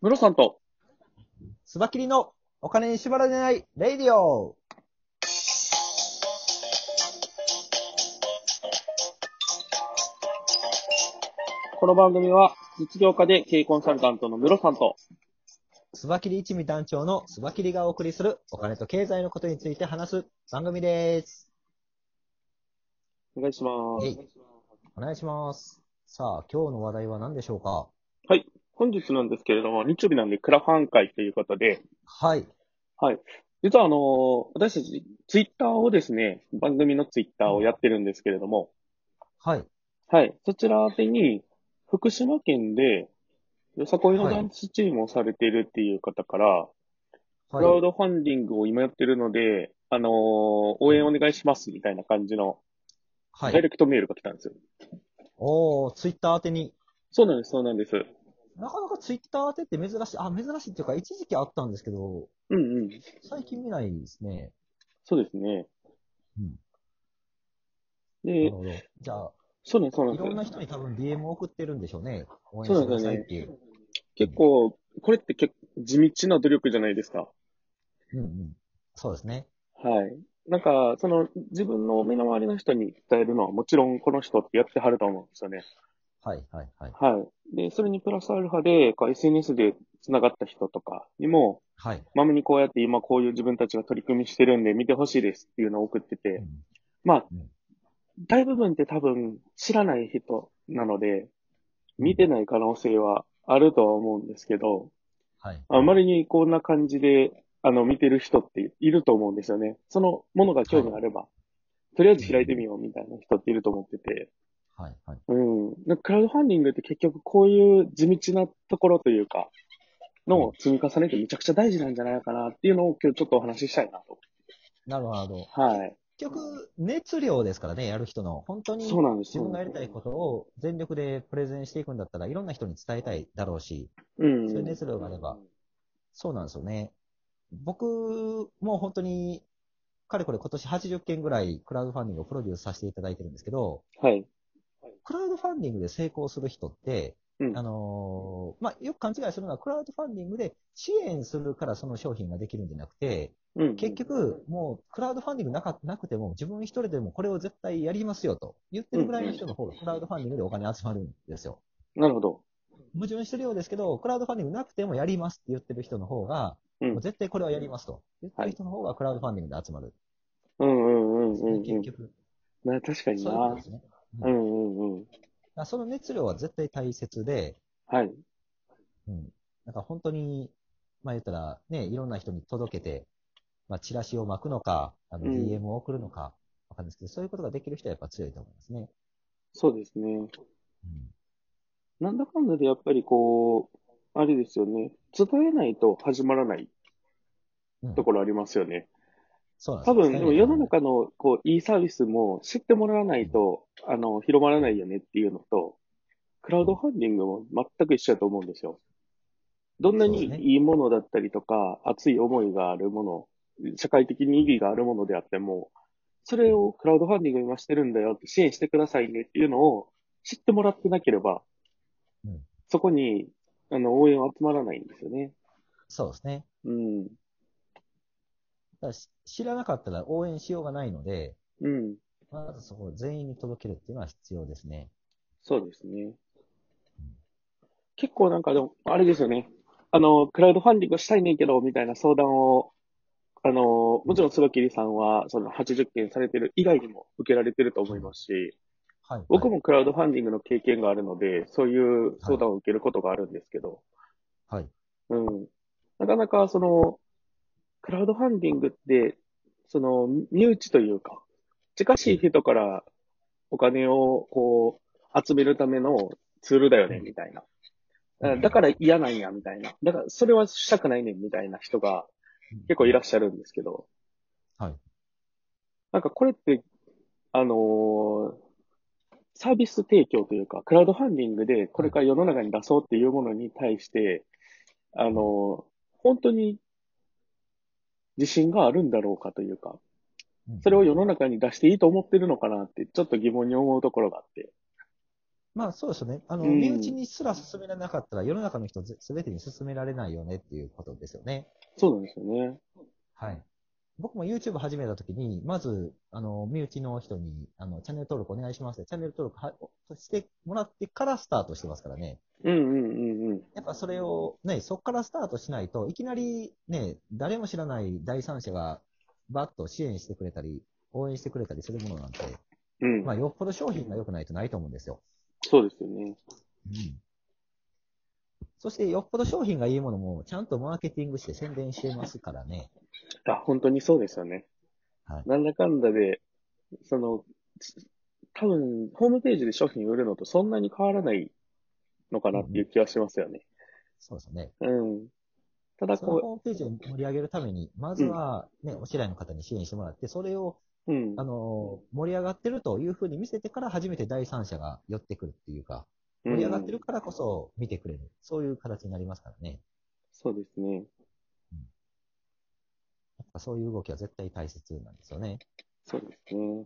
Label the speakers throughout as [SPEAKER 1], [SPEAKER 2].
[SPEAKER 1] ムロさんと、
[SPEAKER 2] スバキリのお金に縛られないレイディオ。
[SPEAKER 1] この番組は、実業家で経営コンサルタントのムロさんと、
[SPEAKER 2] スバキリ一味団長のスバキリがお送りするお金と経済のことについて話す番組です。
[SPEAKER 1] お願いしま
[SPEAKER 2] はい
[SPEAKER 1] す。
[SPEAKER 2] お願いします。さあ、今日の話題は何でしょうか
[SPEAKER 1] 本日なんですけれども、日曜日なんでクラファン会ということで、
[SPEAKER 2] はい。
[SPEAKER 1] 実はあのー私たちツイッターをですね、番組のツイッターをやってるんですけれども、
[SPEAKER 2] はい。
[SPEAKER 1] はい、そちら宛てに、福島県で、よさこいのダンスチームをされているっていう方から、ク
[SPEAKER 2] は
[SPEAKER 1] ラウ
[SPEAKER 2] い。
[SPEAKER 1] ドファンディングを今やってるので、あのー応援お願いしますみたいな感じの、
[SPEAKER 2] は
[SPEAKER 1] ダイ
[SPEAKER 2] い。
[SPEAKER 1] レクトメールが来たんですよ。
[SPEAKER 2] おー、ツイッター宛てに。
[SPEAKER 1] そうなんです、そうなんです。
[SPEAKER 2] なかなかツイッター宛てって珍しい。あ、珍しいっていうか、一時期あったんですけど、
[SPEAKER 1] うんうん。
[SPEAKER 2] 最近見ないですね。
[SPEAKER 1] そうですね。
[SPEAKER 2] うんなる
[SPEAKER 1] で、
[SPEAKER 2] ほど。じゃあ、
[SPEAKER 1] そうなんです、そうなん
[SPEAKER 2] い
[SPEAKER 1] で
[SPEAKER 2] ろん
[SPEAKER 1] す
[SPEAKER 2] な人に多分 DM を送ってるんでしょうね。応援してくださいっていう。
[SPEAKER 1] 結構、これって結構地道な努力じゃないですか。
[SPEAKER 2] うんうん。そうですね。
[SPEAKER 1] はい。なんか、その、自分の目の回りの人に伝えるのは、もちろんこの人ってやってはると思うんですよね。
[SPEAKER 2] はいはいはい。
[SPEAKER 1] はい。で、それにプラスアルファで、こう SNS で繋がった人とかにも、
[SPEAKER 2] はい。
[SPEAKER 1] まめにこうやって今こういう自分たちが取り組みしてるんで見てほしいですっていうのを送って
[SPEAKER 2] う
[SPEAKER 1] て、
[SPEAKER 2] ん
[SPEAKER 1] まあ
[SPEAKER 2] うん、
[SPEAKER 1] 大部分って多分知らない人なので、見てない可能性はあるとは思うんですけど、
[SPEAKER 2] はい。
[SPEAKER 1] あまりにこんな感じで、あの、見てる人っていると思うんですよね。そのものが興味あれば、とりあえず開いてみようみたいな人っていると思ってて、
[SPEAKER 2] はいはい。
[SPEAKER 1] うん。なんかクラウドファンディングって結局こういう地道なところというか、の積み重ねってめちゃくちゃ大事なんじゃないかなっていうのを今日ちょっとお話ししたいなと。
[SPEAKER 2] なるほど。
[SPEAKER 1] はい。
[SPEAKER 2] 結局、熱量ですからね、やる人の。本当に
[SPEAKER 1] そうなんです。
[SPEAKER 2] 自分がやりたいことを全力でプレゼンしていくんだったらいろんな人に伝えたいだろうし、
[SPEAKER 1] うん。
[SPEAKER 2] そういう熱量があれば。そうなんですよね。僕も本当に、かれこれ今年80件ぐらいクラウドファンディングをプロデュースさせていただいてるんですけど、
[SPEAKER 1] はい。
[SPEAKER 2] クラウドファンディングで成功する人って、
[SPEAKER 1] うん
[SPEAKER 2] あのーまあ、よく勘違いするのは、クラウドファンディングで支援するからその商品ができるんじゃなくて、
[SPEAKER 1] うん。
[SPEAKER 2] 結局、もうクラウドファンディングなかなくても、自分一人でもこれを絶対やりますよと言ってるぐらいの人の方が、クラウドファンディングでお金集まるんですよ。
[SPEAKER 1] なるほど。
[SPEAKER 2] 矛盾してるようですけど、クラウドファンディングなくてもやりますって言ってる人の方が、
[SPEAKER 1] うん
[SPEAKER 2] もう絶対これはやりますと言ってる人の方が、クラウドファンディングで集まる。
[SPEAKER 1] うんうんうんうんうん
[SPEAKER 2] 結。局、
[SPEAKER 1] な確かに
[SPEAKER 2] そういうこと
[SPEAKER 1] な
[SPEAKER 2] で。すね。
[SPEAKER 1] うんうんうん。
[SPEAKER 2] だからその熱量は絶対大切で、
[SPEAKER 1] はい。
[SPEAKER 2] うん。なんか本当に、まあ言ったら、ね、いろんな人に届けて、まあチラシを巻くのか、あの
[SPEAKER 1] うん
[SPEAKER 2] DM を送るのか、わかんないですけど、そういうことができる人はやっぱ強いと思いますね。
[SPEAKER 1] そうですね。
[SPEAKER 2] うん。
[SPEAKER 1] なんだかんだでやっぱりこう、あれですよね。伝えないと始まらない
[SPEAKER 2] うん
[SPEAKER 1] ところありますよね。
[SPEAKER 2] そうなんです
[SPEAKER 1] 多
[SPEAKER 2] よ
[SPEAKER 1] 分、でも世の中のこう、いいサービスも知ってもらわないと、あの、広まらないよねっていうのと、クラウドファンディングも全く一緒だと思うんですよ。どんな
[SPEAKER 2] そうですね
[SPEAKER 1] にいいものだったりとか、熱い思いがあるもの、社会的に意義があるものであっても、それをクラウドファンディング今してるんだよって支援してくださいねっていうのを知ってもらってなければ
[SPEAKER 2] うん、
[SPEAKER 1] そこに、あの、応援は集まらないんですよね。
[SPEAKER 2] そうですね。
[SPEAKER 1] うん。
[SPEAKER 2] だからし知らなかったら応援しようがないので、
[SPEAKER 1] うん。
[SPEAKER 2] まずそこを全員に届けるっていうのは必要ですね。
[SPEAKER 1] そうですね。結構なんかでも、あれですよね。あの、クラウドファンディングしたいねんけど、みたいな相談を、あの、もちろん椿りさんは、その80件されてる以外にも受けられてると思いますし、
[SPEAKER 2] はい。
[SPEAKER 1] 僕
[SPEAKER 2] も。
[SPEAKER 1] もクラウドファンディングの経験があるので、そういう相談を受けることがあるんですけど、
[SPEAKER 2] はい。
[SPEAKER 1] うん。なかなか、その、クラウドファンディングって、その、身内というか、近しい人からお金を、こう、集めるためのツールだよね、みたいな。だからだから嫌なんや、みたいな。だから、それはしたくないねん、みたいな人が結構いらっしゃるんですけど。
[SPEAKER 2] はい。
[SPEAKER 1] なんか、これって、あのーサービス提供というか、クラウドファンディングでこれから世の中に出そうっていうものに対して、あのー本当に自信があるんだろうかというか、
[SPEAKER 2] うん
[SPEAKER 1] それを世の中に出していいと思ってるのかなって、ちょっと疑問に思うところがあって。
[SPEAKER 2] まあそうですね。あの、
[SPEAKER 1] うん
[SPEAKER 2] 身内にすら進められなかったら、世の中の人ぜ全てに進められないよねっていうことですよね。
[SPEAKER 1] そうなんですよね。
[SPEAKER 2] はい。僕も YouTube 始めたときに、まず、あの、身内の人に、あの、チャンネル登録お願いしますってチャンネル登録はしてもらってからスタートしてますからね。
[SPEAKER 1] うんうんうんうん。
[SPEAKER 2] やっぱそれを、ね、そこからスタートしないといきなり、ね、誰も知らない第三者が、バッと支援してくれたり、応援してくれたりするものなんて、
[SPEAKER 1] うん。
[SPEAKER 2] まあ、よっぽど商品が良くないとないと思うんですよ。
[SPEAKER 1] そうですよね。
[SPEAKER 2] そして、よっぽど商品がいいものも、ちゃんとマーケティングして宣伝してますからね。
[SPEAKER 1] あ、本当にそうですよね。
[SPEAKER 2] はい
[SPEAKER 1] なんだかんだで、その、つ多分、ホームページで商品売るのとそんなに変わらないのかなっていう気はしますよね。
[SPEAKER 2] そうですよね。
[SPEAKER 1] うん。ただ
[SPEAKER 2] その
[SPEAKER 1] こ
[SPEAKER 2] ホームページを盛り上げるために、まずは、ね、お知らいの方に支援してもらって、それを、
[SPEAKER 1] う、うん。
[SPEAKER 2] あのー盛り上がってるというふうに見せてから、初めて第三者が寄ってくるっていうか、盛り上がって
[SPEAKER 1] うん
[SPEAKER 2] るからこそ見てくれる。そういう形になりますからね。
[SPEAKER 1] そうですね。
[SPEAKER 2] やっぱそういう動きは絶対大切なんですよね。
[SPEAKER 1] そうですね。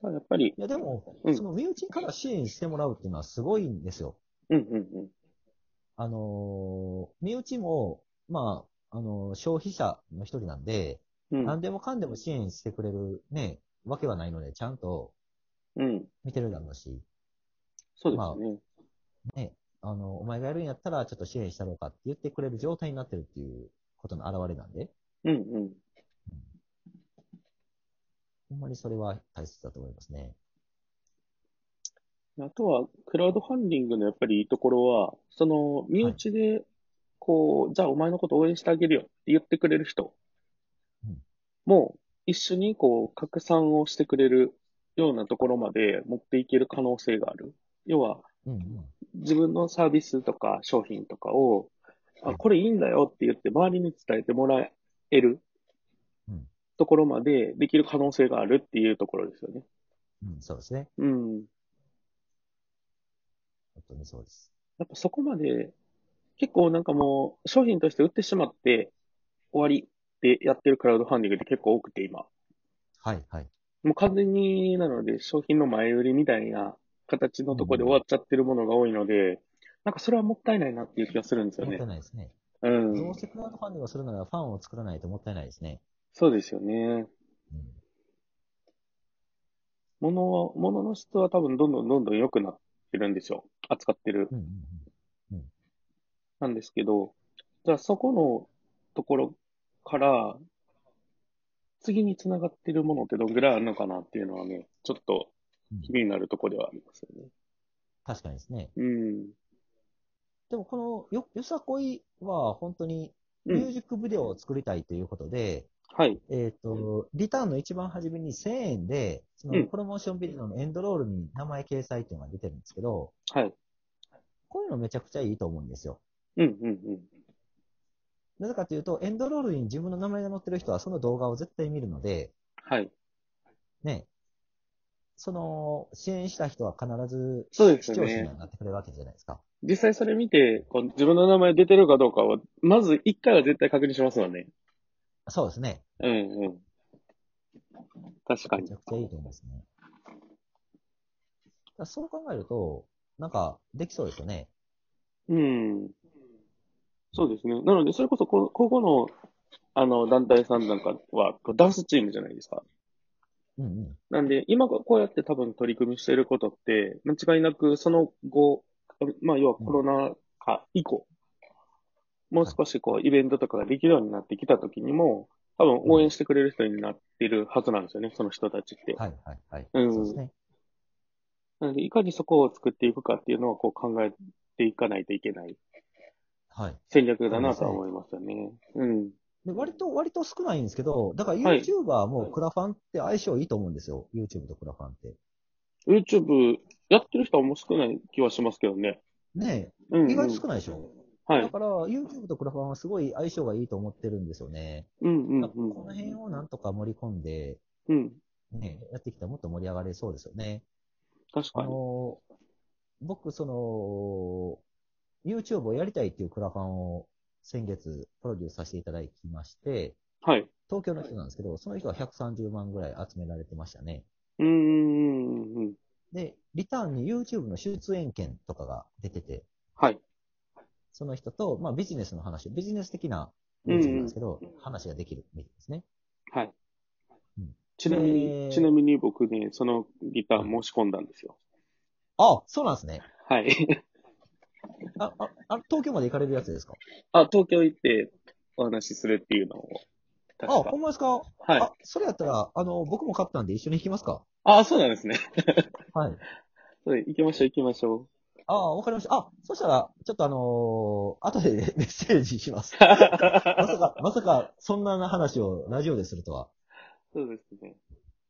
[SPEAKER 1] ただやっぱり、
[SPEAKER 2] いや、でも
[SPEAKER 1] う、ん
[SPEAKER 2] その身内から支援してもらうっていうのはすごいんですよ。
[SPEAKER 1] うんうんうん。
[SPEAKER 2] あのー身内も、まあ、あのー消費者の一人なんで、
[SPEAKER 1] うん。
[SPEAKER 2] 何でもかんでも支援してくれるね、わけはないので、ちゃんと
[SPEAKER 1] うん。
[SPEAKER 2] 見てるだろうし、
[SPEAKER 1] そうですね。
[SPEAKER 2] ね、あの、お前がやるんやったらちょっと支援したろうかって言ってくれる状態になってるっていうことの表れなんで、
[SPEAKER 1] うんうん。
[SPEAKER 2] ほんまにそれは大切だと思いますね。
[SPEAKER 1] あとは、クラウドファンディングのやっぱりいいところは、その、身内で、こう、じゃあお前のこと応援してあげるよって言ってくれる人
[SPEAKER 2] うん
[SPEAKER 1] も、一緒にこう、拡散をしてくれるようなところまで持っていける可能性がある。要は、
[SPEAKER 2] うんうん。
[SPEAKER 1] 自分のサービスとか商品とかを、あ、これいいんだよって言って周りに伝えてもらえる
[SPEAKER 2] うん
[SPEAKER 1] ところまでできる可能性があるっていうところですよね。
[SPEAKER 2] うん、そうですね。
[SPEAKER 1] うん。
[SPEAKER 2] 本当にそうです。
[SPEAKER 1] やっぱそこまで、結構なんかもう商品として売ってしまって終わりってやってるクラウドファンディングって結構多くて今。
[SPEAKER 2] はい、はい。
[SPEAKER 1] もう完全になので商品の前売りみたいな形のとこで終わっちゃってるものが多いので、なんかそれはもったいないなっていう気がするんですよ
[SPEAKER 2] もっ
[SPEAKER 1] ね
[SPEAKER 2] たい。ないですね。
[SPEAKER 1] うん。
[SPEAKER 2] どうせクラウドファンディングをするならファンを作らないともったいないですね。
[SPEAKER 1] そうですよね。
[SPEAKER 2] うん。
[SPEAKER 1] 物は、物の質は多分どんどんどんどん良くなってるんですよ。扱ってる。
[SPEAKER 2] うん、うん、うん。
[SPEAKER 1] なんですけど、じゃあそこのところから、次につながってるものってどんぐらいあるのかなっていうのはね、ちょっと気になるとこではありますよね。
[SPEAKER 2] 確かにですね。
[SPEAKER 1] うん。
[SPEAKER 2] でもこのよ、よさこいは本当に
[SPEAKER 1] う
[SPEAKER 2] ミュー
[SPEAKER 1] ん。
[SPEAKER 2] ジックビデオを作りたいということで、
[SPEAKER 1] はい。
[SPEAKER 2] えっ、と、リターンの一番初めに1000円で、そうの
[SPEAKER 1] ん
[SPEAKER 2] プロモーションビデオのエンドロールに名前掲載っていうのが出てるんですけど、
[SPEAKER 1] はい。
[SPEAKER 2] こういうのめちゃくちゃいいと思うんですよ。
[SPEAKER 1] うんうんうん。
[SPEAKER 2] なぜかというと、エンドロールに自分の名前が載ってる人はその動画を絶対見るので、
[SPEAKER 1] はい。
[SPEAKER 2] ね、その、支援した人は必ず
[SPEAKER 1] そうです
[SPEAKER 2] 視
[SPEAKER 1] よ
[SPEAKER 2] 聴者に
[SPEAKER 1] ね
[SPEAKER 2] は。なってくれるわけじゃないですか。
[SPEAKER 1] 実際それ見て、こう自分の名前出てるかどうかは、まず一回は絶対確認しますよね。
[SPEAKER 2] そうですね。
[SPEAKER 1] うんうん。確か
[SPEAKER 2] め
[SPEAKER 1] に
[SPEAKER 2] ちゃ。くちゃいいと思いますね。だからそう考えると、なんか、できそうですよね。
[SPEAKER 1] うん。そうですね。なので、それこそこ、ここの、あの、団体さんなんかは、こうダンスチームじゃないですか。
[SPEAKER 2] うんうん。
[SPEAKER 1] なんで、今こうやって多分取り組みしていることって、間違いなくその後、まあ、要はコロナ禍以降、もう少しこう、イベントとかができるようになってきた時にも、多分応援してくれる人になってるはずなんですよね、その人たちって。
[SPEAKER 2] はいはいはい。
[SPEAKER 1] うん
[SPEAKER 2] そうですね。
[SPEAKER 1] なので、いかにそこを作っていくかっていうのは、こう考えていかないといけない
[SPEAKER 2] はい。
[SPEAKER 1] 戦略だなとは思いますよね。うん。
[SPEAKER 2] で割と、割と少ないんですけど、だから
[SPEAKER 1] はい
[SPEAKER 2] YouTuber もクラファンって相性いいと思うんですよ。YouTube とクラファンって。
[SPEAKER 1] YouTube やってる人はもう少ない気はしますけどね。
[SPEAKER 2] ね
[SPEAKER 1] うん、う
[SPEAKER 2] え、
[SPEAKER 1] ん。
[SPEAKER 2] 意外と少ないでしょ。
[SPEAKER 1] は
[SPEAKER 2] だ
[SPEAKER 1] い。
[SPEAKER 2] から、YouTube とクラファンはすごい相性がいいと思ってるんですよね。
[SPEAKER 1] うんうん
[SPEAKER 2] だからこの辺をなんとか盛り込んで、
[SPEAKER 1] うん。うん。
[SPEAKER 2] ね、やってきたらもっと盛り上がれそうですよね。
[SPEAKER 1] 確
[SPEAKER 2] あ
[SPEAKER 1] かに。
[SPEAKER 2] の、僕、その、YouTube をやりたいっていうクラファンを先月プロデュースさせていただきまして、
[SPEAKER 1] はい。
[SPEAKER 2] 東京の人なんですけど、その人は130万ぐらい集められてましたね。
[SPEAKER 1] うーんうんうん。
[SPEAKER 2] で、リターンに YouTube の出演権とかが出てて、
[SPEAKER 1] はい。
[SPEAKER 2] その人と、まあビジネスの話、ビジネス的な YouTube なんですけど、話ができるみたいですね。
[SPEAKER 1] はい
[SPEAKER 2] うん。
[SPEAKER 1] ちなみ
[SPEAKER 2] えー
[SPEAKER 1] に、ちなみに僕ね、そのリターン申し込んだんですよ。
[SPEAKER 2] あ、そうなんですね。
[SPEAKER 1] はい。
[SPEAKER 2] あ、あ、あ東京まで行かれるやつですか
[SPEAKER 1] あ、東京行ってお話しするっていうのを、
[SPEAKER 2] あ、
[SPEAKER 1] 確か
[SPEAKER 2] ほ。んまですか、
[SPEAKER 1] はい
[SPEAKER 2] あ。、それやったら、あの、僕も買ったんで一緒に行きますか
[SPEAKER 1] あ、そうなんですね。
[SPEAKER 2] はい。
[SPEAKER 1] はい行きましょう、行きまし ょ
[SPEAKER 2] ああ、わかりました。あ、そしたら、ちょっとあのー後で メッセージします。まさ
[SPEAKER 1] う。
[SPEAKER 2] か、まさか、そんな話をラジオでするとは。
[SPEAKER 1] そうですね。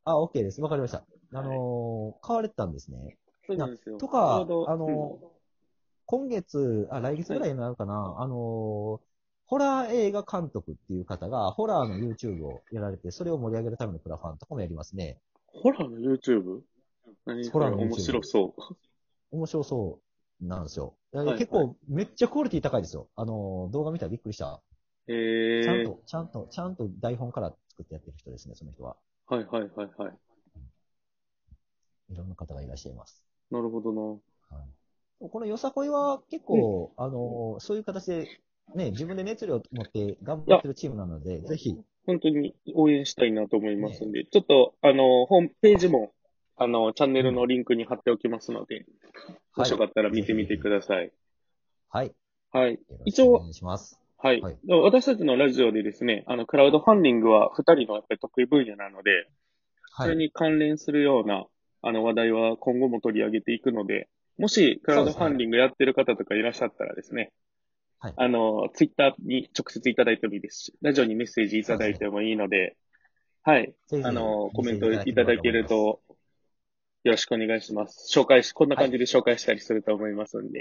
[SPEAKER 2] あ、OK です。わかりました。あのー買われてたんですね。
[SPEAKER 1] そうなんですよ。
[SPEAKER 2] とか
[SPEAKER 1] ちょうど
[SPEAKER 2] あの、今月、あ、来月ぐらいになるかな、あのーホラー映画監督っていう方が、ホラーの YouTube をやられて、それを盛り上げるためのクラファンとかもやりますね。
[SPEAKER 1] ホラーの YouTube? 何
[SPEAKER 2] ホ
[SPEAKER 1] こ
[SPEAKER 2] ラー
[SPEAKER 1] れ
[SPEAKER 2] の YouTube
[SPEAKER 1] 面白そう。
[SPEAKER 2] 面白そうなんですよ。
[SPEAKER 1] いはい
[SPEAKER 2] 結構、めっちゃクオリティ高いですよ。あのー動画見たらびっくりした。
[SPEAKER 1] え
[SPEAKER 2] ちゃん
[SPEAKER 1] え
[SPEAKER 2] と、ちゃんと、ちゃんと台本から作ってやってる人ですね、その人は。
[SPEAKER 1] はいはいはいはい。
[SPEAKER 2] いろんな方がいらっしゃいます。
[SPEAKER 1] なるほどな。
[SPEAKER 2] はい、このよさこいは結構、あのーそういう形で、ね、自分で熱量を持って頑張ってるチームなので、ぜひ、
[SPEAKER 1] 本当に応援したいなと思いますんで、ちょっと、あの、ホームページも、あの、チャンネルのリンクに貼っておきますので、もしよかったら見てみてください。
[SPEAKER 2] はい。よ
[SPEAKER 1] はい。
[SPEAKER 2] ろしくお願いします。
[SPEAKER 1] はい。
[SPEAKER 2] はい
[SPEAKER 1] で私たちのラジオでですね、あの、クラウドファンディングは2人のやっぱり得意分野なので、そ
[SPEAKER 2] は
[SPEAKER 1] れ
[SPEAKER 2] い。
[SPEAKER 1] に関連するような、あの、話題は今後も取り上げていくので、もし、クラウドファンディングやってる方とかいらっしゃったらですね、
[SPEAKER 2] はい
[SPEAKER 1] あの、ツイッターに直接いただいてもいいですし、ラジオにメッセージいただいてもいいので、はい。
[SPEAKER 2] ぜひ
[SPEAKER 1] あの、コメントいただける。と、よろしくお願いします。紹介し、こんな感じで紹介したりすると思いますんで。